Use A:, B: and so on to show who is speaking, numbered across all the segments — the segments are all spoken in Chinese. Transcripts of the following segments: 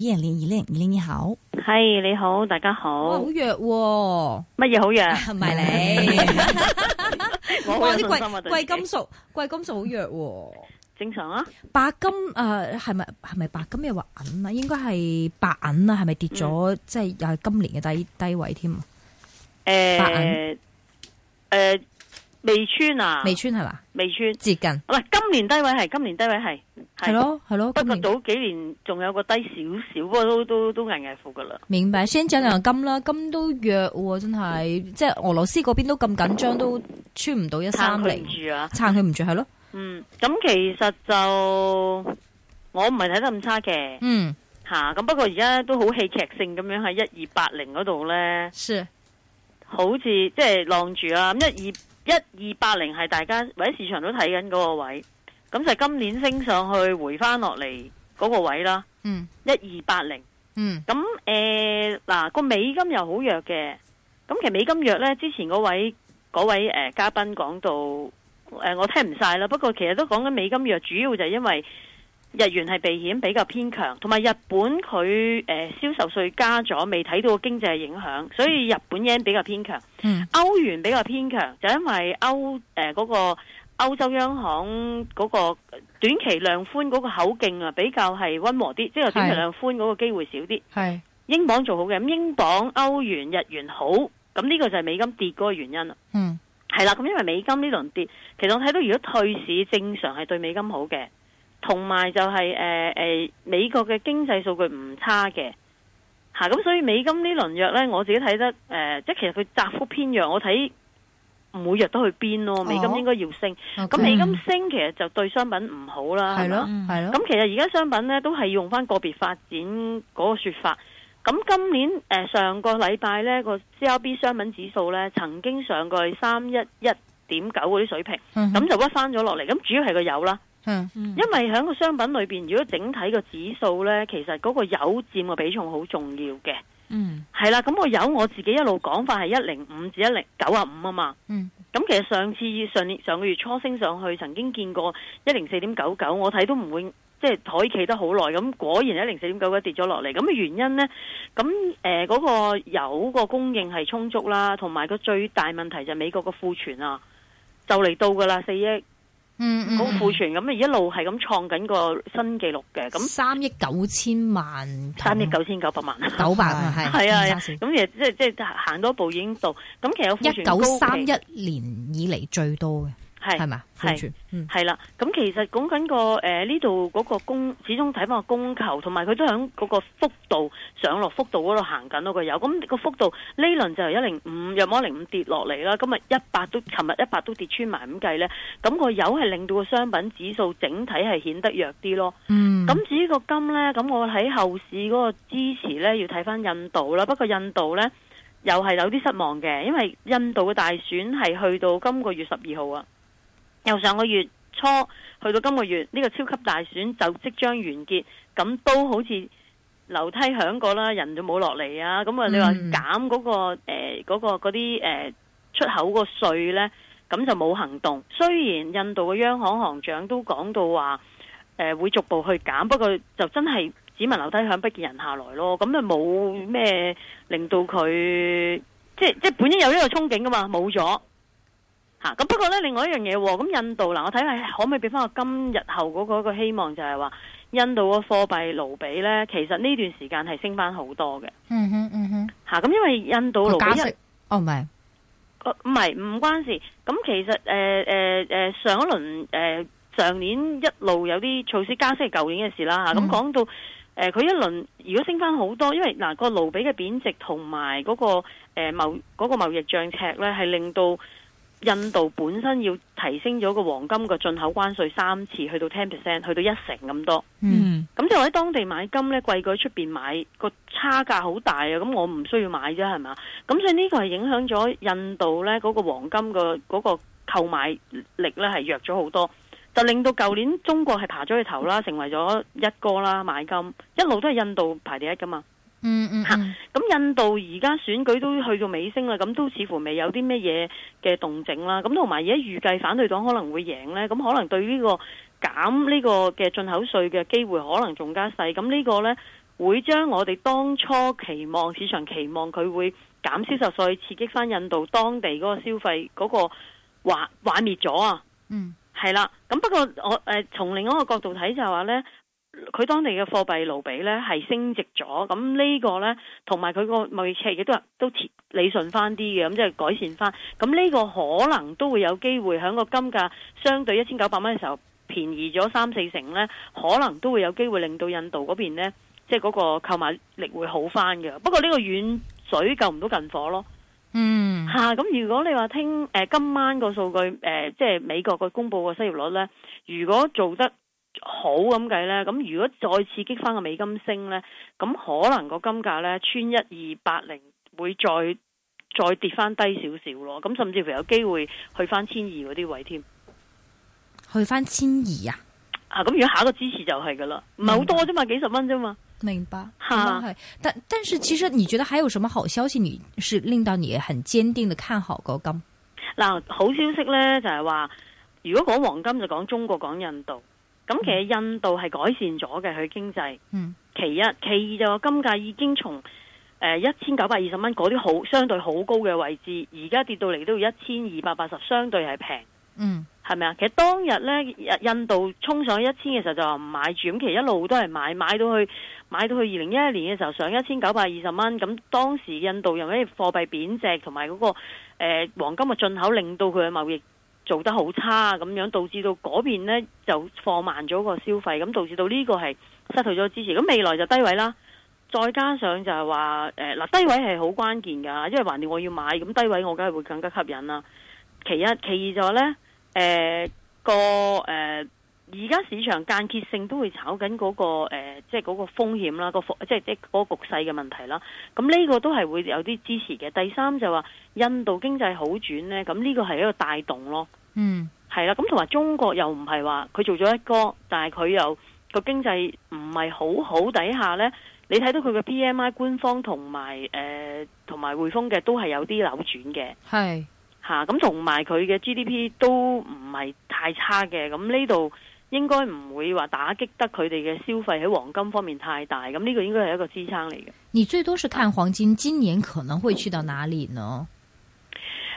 A: 一零零二零二零你好，
B: 係你好，大家
A: 哇
B: 好
A: 好，弱
B: 乜嘢好
A: 喎，
B: 藥？
A: 係咪你？
B: 我好
A: 哇
B: 有
A: 啲
B: 信心啊！
A: 貴 貴
B: 對
A: 金
B: 自 己
A: 屬貴金屬好弱
B: 正常啊，
A: 喎，白金誒係咪係咪白金又話銀啊？應該係白銀啊，係咪跌咗即係又係今年嘅低低位添啊？白
B: 誒
A: 銀
B: 誒未穿啊，
A: 未穿係嘛？
B: 未穿，
A: 接近
B: 喂，今年低位係今年低位係
A: 係，咯係咯，
B: 不
A: 今
B: 過
A: 年
B: 早幾年仲有個低少少，不過都都都危危乎噶啦。
A: 明白。先講兩金啦，金都弱喎，真係即係俄羅斯嗰邊都咁緊張，都穿唔到一三
B: 撐佢唔
A: 零，
B: 住啊！
A: 撐佢唔住係咯，
B: 嗯，咁其實就我唔係睇得咁差嘅
A: 嗯
B: 吓，咁、不過而家都好戲劇性咁樣喺一二八零嗰度呢，
A: 是
B: 好似即係晾住啦。咁一二一二八零係大家或者市場都睇緊嗰個位，咁就今年升上去回翻落嚟嗰個位啦，
A: 嗯
B: 一二八零。
A: 嗯
B: 咁誒嗱個美金又好弱嘅，咁其實美金弱呢，之前嗰位嗰位誒、呃嘉賓講到誒、呃我聽唔晒啦，不過其實都講緊美金弱，主要就係因為日元係避險比較偏強，同埋日本佢誒、呃、銷售稅加咗，未睇到經濟影響，所以日本 yen 比較偏強，
A: 嗯
B: 歐元比較偏強，就因為歐誒嗰、個。歐洲央行嗰個短期量寬嗰個口徑啊，比較係溫和啲，即係短期
A: 係
B: 量寬嗰個機會少啲。
A: 係。
B: 英鎊做好嘅，咁英鎊、歐元、日元好，咁呢個就係美金跌嗰個原因啦。
A: 嗯
B: 係啦，咁因為美金呢輪跌，其實我睇到如果退市正常係對美金好嘅，同埋就係誒誒美國嘅經濟數據唔差嘅，吓、咁所以美金呢輪弱呢，我自己睇得誒、呃即係其實佢窄幅偏弱，我睇唔會弱得去邊咯。美金應該要升，咁、美金升其實就對商品唔好啦，
A: 系
B: 係嘛
A: 咯系咯，
B: 咁其實而家商品咧都係用翻個別發展嗰個説法。咁今年誒、呃上個禮拜咧個 CRB 商品指數咧曾經上過去三一一點九嗰啲水平，
A: 咁
B: 咁就屈翻咗落嚟。咁主要係個油啦，
A: 嗯
B: 因為喺個商品裏邊，如果整體個指數咧，其實嗰個油佔個比重好重要嘅。
C: 嗯
B: 係啦，咁個油我自己一路講法係一零五至一零九啊五啊嘛。
A: 嗯
B: 咁其實上次上年上個月初升上去，曾經見過一零四點九九，我睇都唔會即係台企得好耐。咁果然一零四點九九跌咗落嚟。咁嘅原因呢，咁誒嗰個油個供應係充足啦，同埋個最大問題就係美國個庫存啊，就嚟到㗎啦，四億嗰
A: 嗯
B: 個庫存咁啊，一路係咁創緊個新紀錄嘅，咁
A: 三億九千萬桶，
B: 三億九千九百萬。
A: 九百啊係
B: 係啊，
A: 唔差
B: 係
A: 少
B: 咁亦即係即係行多步已經到。咁其實有庫
A: 一
B: 存
A: 九
B: 高
A: 三
B: 企
A: 一年以嚟最多嘅
B: 係
A: 係咪？庫存嗯
B: 係啦，咁其實講緊個誒呢度嗰個供，始終睇翻個供求，同埋佢都喺嗰個幅度上落幅度嗰度行緊咯個油。咁個幅度呢輪就由一零五，若冇一零五跌落嚟啦。今日一百都，琴日一百都跌穿埋咁計呢。咁個油係令到個商品指數整體係顯得弱啲咯。
A: 嗯
B: 咁至於個金呢，咁我喺後市嗰個支持呢，要睇翻印度啦。不過印度呢，又係有啲失望嘅，因為印度嘅大選係去到今個月十二號啊，由上個月初去到今個月呢、個超級大選就即將完結，咁都好似樓梯響過啦，人就冇落嚟啊。咁啊，你話
A: 嗯
B: 減嗰、個呃誒嗰、個嗰啲誒出口個稅呢，咁就冇行動。雖然印度嘅央行行長都講到話。誒、會呃逐步去減，不過就真係只聞樓梯響，不見人下來咯。咁咪冇咩令到佢即係即係本應有呢個憧憬噶嘛，冇咗嚇。咁、不過呢，另外一樣嘢喎，咁印度嗱，我睇下可唔可以俾翻我今日後嗰個一個希望，就係話印度個貨幣盧比呢，其實呢段時間係升翻好多嘅
A: 嗯哼嗯哼，
B: 嚇。咁、因為印度
A: 個
B: 盧
A: 加
B: 比一
A: 息哦唔係
B: 個呃唔係唔關事。咁其實呃誒誒誒上一輪誒、呃上年一路有啲措施加息，係舊年嘅事啦嚇。咁、
A: 嗯
B: 講到誒呃佢、一輪如果升翻好多，因為嗱、個盧比嘅貶值同埋嗰個誒貿嗰個貿易帳赤咧，係令到。印度本身要提升咗個黃金嘅進口關稅三次，去到 ten percent，去到一成咁多。
A: 嗯
B: 咁即係我喺當地買金呢，貴過喺出邊買個差價好大啊！咁我唔需要買啫，係嘛？咁所以呢個係影響咗印度呢嗰個黃金個嗰個購買力呢係弱咗好多，就令到舊年中國係爬咗去頭啦，成為咗一哥啦買金，一路都係印度排第一噶嘛。
A: 嗯嗯嗯
B: 咁印度而家選舉都去到尾聲啦，咁都似乎未有啲咩嘢嘅動靜啦。咁同埋而家預計反對黨可能會贏呢，咁可能對呢個減呢個嘅進口稅嘅機會可能仲加細。咁呢個呢，會將我哋當初期望市場期望佢會減銷售稅，刺激翻印度當地嗰個消費嗰、個幻幻滅咗啊！
A: 嗯
B: 係啦，咁不過我誒、呃、從另一個角度睇就係話呢，佢當地嘅貨幣盧比呢係升值咗，咁呢個呢，同埋佢個貿易赤亦都都貼理順翻啲嘅，咁即係改善翻。咁呢個可能都會有機會喺個金價相對一千九百蚊嘅時候便宜咗三四成呢，可能都會有機會令到印度嗰邊呢，即係嗰個購買力會好翻嘅。不過呢個遠水救唔到近火咯。
A: 嗯
B: 吓，咁、如果你話聽誒、呃今晚個數據誒、呃即係美國個公佈個失業率呢，如果做得好咁計呢，咁如果再刺激翻個美金升呢，咁可能個金價呢穿一二八零會再再跌翻低少少咯，咁甚至乎有機會去翻千二嗰啲位添。
A: 去翻千二啊，
B: 啊，咁如果下一個支持就係噶啦，唔係好多啫嘛，幾十蚊啫嘛。
A: 明白。
B: 哈
A: 明白但但是其實你覺得還有什麼好消息？你是令到你很堅定的看好個金？
B: 嗱，好消息呢就係話，如果講黃金就講中國講印度，咁其實印度係改善咗嘅佢經濟。
A: 嗯
B: 其一，其二就金價已經從誒一千九百二十蚊嗰啲好相對好高嘅位置，而家跌到嚟都要一千二百八十，相對係平，
A: 嗯
B: 係咪啊？其實當日呢，印印度衝上一千嘅時候就話唔買住，咁其實一路都係買，買到去買到去二零一一年嘅時候上一千九百二十蚊，咁當時印度由於貨幣貶值同埋嗰個誒、呃黃金嘅進口，令到佢嘅貿易。做得好差咁樣，導致到嗰邊呢就放慢咗個消費，咁導致到呢個係失去咗支持。咁未來就低位啦，再加上就係話誒嗱低位係好關鍵㗎，因為橫掂我要買，咁低位我梗係會更加吸引啦。其一，其二就係呢誒個誒呃而家市場間歇性都會炒緊嗰、個誒即係嗰個風險啦，個風即係即係嗰個局勢嘅問題啦。咁呢個都係會有啲支持嘅。第三就話印度經濟好轉呢，咁呢個係一個帶動咯。
A: 嗯
B: 係啦，咁同埋中國又唔係話佢做咗一哥，但係佢又個經濟唔係好好底下呢，你睇到佢嘅 P M I 官方同埋誒同埋匯豐嘅都係有啲扭轉嘅
A: 係
B: 嚇，咁同埋佢嘅 G D P 都唔係太差嘅，咁呢度應該唔會話打擊得佢哋嘅消費喺黃金方面太大，咁呢個應該係一個支撐嚟嘅。
A: 你最多是看黃金，今年可能會去到哪裏呢？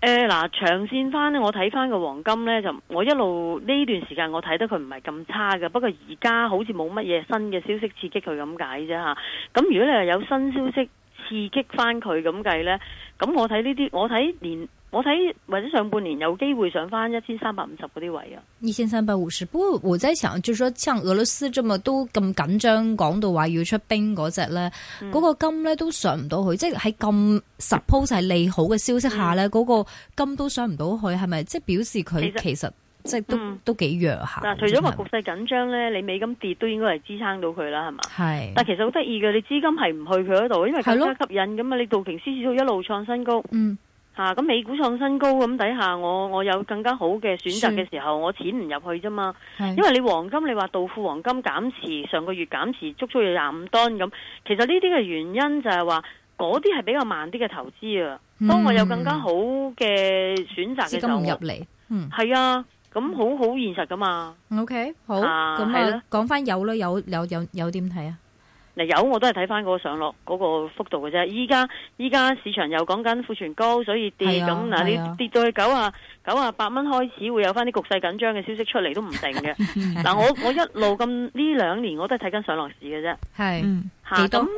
B: 誒呃嗱、長線翻咧，我睇翻個黃金咧，就我一路呢段時間我睇得佢唔係咁差嘅，不過而家好似冇乜嘢新嘅消息刺激佢咁解啫嚇。咁如果你係有新消息刺激翻佢咁計咧，咁我睇呢啲，我睇年，我睇或者上半年有機會上翻一千三百五十嗰啲位啊。
A: 一千三百五十。不過我在想，就是說像俄羅斯這麼都咁緊張，講到話要出兵嗰只咧，
B: 嗯
A: 嗰、個金咧都上唔到去，即係喺咁 suppose 係利好嘅消息下咧，嗰、個金都上唔到去，係咪即係表示佢其實即係都、
B: 嗯
A: 都幾弱下？
B: 嗱、除咗話局勢緊張咧，你美金跌都應該係支撐到佢啦，係嘛？
A: 係
B: 但其實好得意嘅，你資金係唔去佢嗰度，因為
A: 嗯係
B: 更
A: 咯
B: 加吸引咁嘛。你道瓊斯指數一路創新高。啊
A: 嗯
B: 吓咁、美股創新高咁底下，我我有更加好嘅選擇嘅時候，我錢唔入去啫嘛。
A: 係
B: 因為你黃金，你話道富黃金減持，上個月減持足足有廿五噸咁。其實呢啲嘅原因就係話，嗰啲係比較慢啲嘅投資啊。當我有更加好嘅選擇
A: 嗯資金
B: 嘅時
A: 唔
B: 候，
A: 入嚟，嗯。
B: 係啊，咁好好現實噶嘛。
A: O、k 好，
B: 啊
A: 咁
B: 係
A: 啊
B: 咯，
A: 講翻有啦，有有有有點睇啊？
B: 嗱，有我都係睇翻嗰個上落嗰個幅度嘅啫。依家依家市場又講緊庫存高，所以跌
A: 係
B: 咁
A: 啊
B: 嗱，
A: 係啊
B: 你跌到去九啊九啊八蚊開始會有翻啲局勢緊張嘅消息出嚟都唔定 嘅。
A: 啊
B: 嗱，我我一路咁呢兩年我都係睇緊上落市嘅啫。
A: 係
C: 嗯
B: 嚇
A: 幾多
B: 咁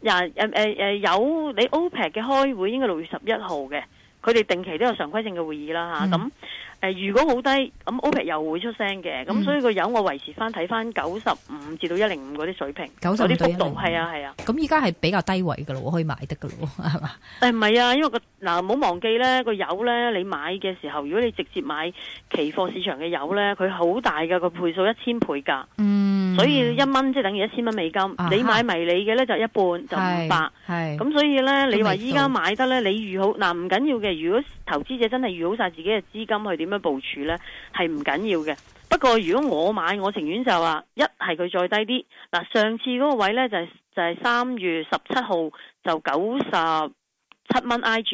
B: 廿誒誒誒有你 OPEC 嘅開會應該六月十一號嘅，佢哋定期都有常規性嘅會議啦
A: 嗯
B: 嚇。咁誒、如果好低，咁 OPEC 又會出聲嘅，咁、
A: 嗯
B: 所以個油我維持翻睇翻九十五至到一零五嗰啲水平，
A: 95
B: 嗰啲
A: 到
B: 幅度
A: 105
B: 係啊係啊。
A: 咁而家係比較低位噶咯，可以買得噶咯， 係嘛？
B: 誒唔係啊，因為個嗱唔好忘記咧，個油咧你買嘅時候，如果你直接買期貨市場嘅油咧，佢好大嘅個倍數一千倍㗎，
A: 嗯
B: 所以一蚊即係等於一千蚊美金。
A: 哈
B: 你買迷你嘅咧就一半就五百。
A: 係
B: 咁所以咧，
A: 都
B: 你話
A: 未
B: 依
A: 到
B: 家買得咧，你預好嗱唔緊要嘅。如果投資者真係預好晒自己嘅資金去點樣部署咧，係唔緊要嘅。不過如果我買，我情願就話一係佢再低啲。嗱，上次嗰個位咧就係、就係、三月十七號就九十七蚊挨住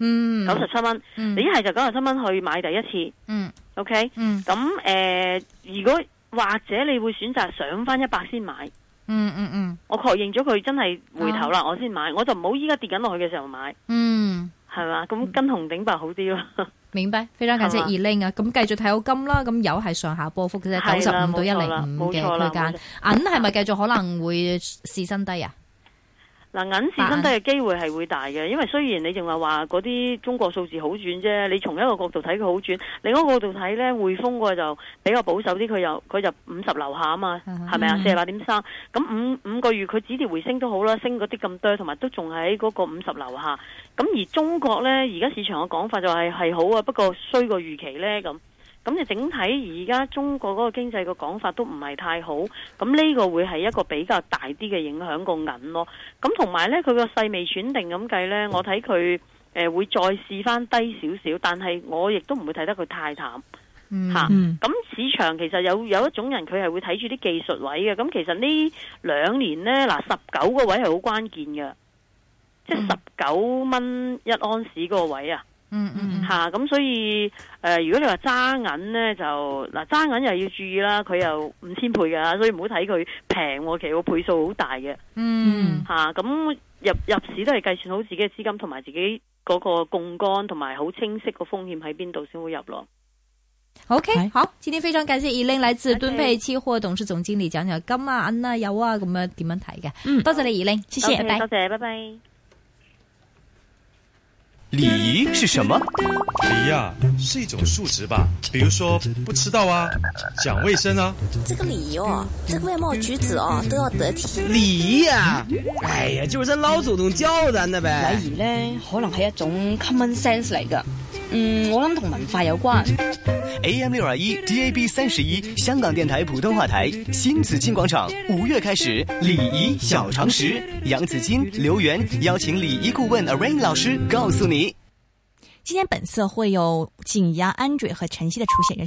A: 嗯
B: 九十七蚊，
A: 嗯
B: 你一係就九十七蚊去買第一次
A: 嗯
B: ，OK？
A: 嗯
B: 咁誒、呃如果或者你會選擇上翻一百先買，
C: 嗯嗯嗯
B: 我確認咗佢真係回頭
A: 哦
B: 啦，我先買，我就唔好依家跌緊落去嘅時候買，
C: 嗯，
B: 係嘛？咁跟紅頂白好啲咯，
A: 明白，非常感謝
B: 係嘛
A: e l i n 啊！咁繼續睇好金啦，咁油係上下波幅嘅啫，九
B: 係
A: 十
B: 啦
A: 五到一
B: 冇錯啦
A: 零五嘅
B: 冇錯啦
A: 區間
B: 冇錯。
A: 銀係咪繼續可能會試新低啊？
B: 嗱，銀市真低嘅機會係會大嘅，因為雖然你仲係話嗰啲中國數字好轉啫，你從一個角度睇佢好轉，另一個角度睇呢，匯豐個就比較保守啲，佢又佢就五十樓下啊嘛，
A: 嗯
B: 係咪啊？四十八點三，咁五五個月佢止跌回升都好啦，升嗰啲咁多，同埋都仲喺嗰個五十樓下。咁而中國呢，而家市場嘅講法就係、係好啊，不過衰過預期呢。咁。咁你整體而家中國嗰個經濟個講法都唔係太好，咁呢個會係一個比較大啲嘅影響個銀咯。咁同埋呢，佢個勢未轉定咁計呢，我睇佢誒會再試翻低少少，但係我亦都唔會睇得佢太淡。
C: 嗯
B: 嚇
A: 嗯
B: 咁市場其實有有一種人佢係會睇住啲技術位嘅，咁其實呢兩年呢，嗱十九個位係好關鍵嘅，即
A: 嗯
B: 係十九蚊一安士嗰個位啊，
C: 嗯嗯嗯
B: 嚇咁、所以誒、呃如果你話揸銀呢，就嗱揸銀又要注意啦，佢又五千倍㗎，所以唔好睇佢平喎，其實個倍數好大嘅
C: 嗯
B: 嚇，咁、入入市都係計算好自己嘅資金同埋自己嗰個槓桿同埋好清晰個風險喺邊度先會入咯。
A: ，OK，
C: 係
A: 好，今天非常感謝 e l i n 來自
B: OK
A: 敦沛期貨董事總經理，講講金啊、銀啊、油啊咁樣點樣睇嘅。
C: 嗯
A: 多謝你 e l i n 謝
B: OK，
A: 拜拜
B: 多。謝，拜拜。
D: 礼仪是什么？
E: 梨呀、是一种素食吧，比如说不迟到啊，讲卫生啊。
F: 这个礼仪哦，这个外貌举止哦，都要得体。
G: 礼仪呀、哎呀，就是咱老祖宗教咱的呗。
H: 禮儀咧，可能係一種 common sense 嚟噶。嗯，我諗同文化有關。
D: AM 六二一，DAB 三十一，香港电台普通话台新紫金广场，五月开始礼仪小常识，杨紫金、刘源邀请礼仪顾问 Arain 老师告诉你。
I: 今天本色会有景怡啊、Andre 和晨曦的出现，认识。